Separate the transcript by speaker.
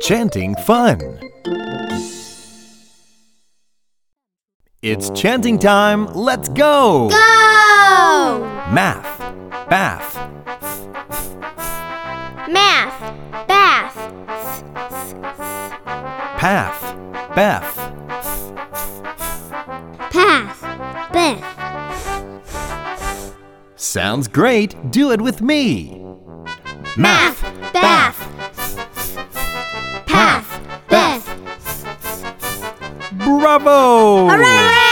Speaker 1: chanting fun. It's chanting time. Let's go.
Speaker 2: Go!
Speaker 1: Math, bath,
Speaker 2: Math, bath,
Speaker 1: path, beth,
Speaker 2: path, beth.
Speaker 1: Sounds great. Do it with me.
Speaker 2: Math, bath, path, beth.
Speaker 1: Bravo!
Speaker 2: Hooray!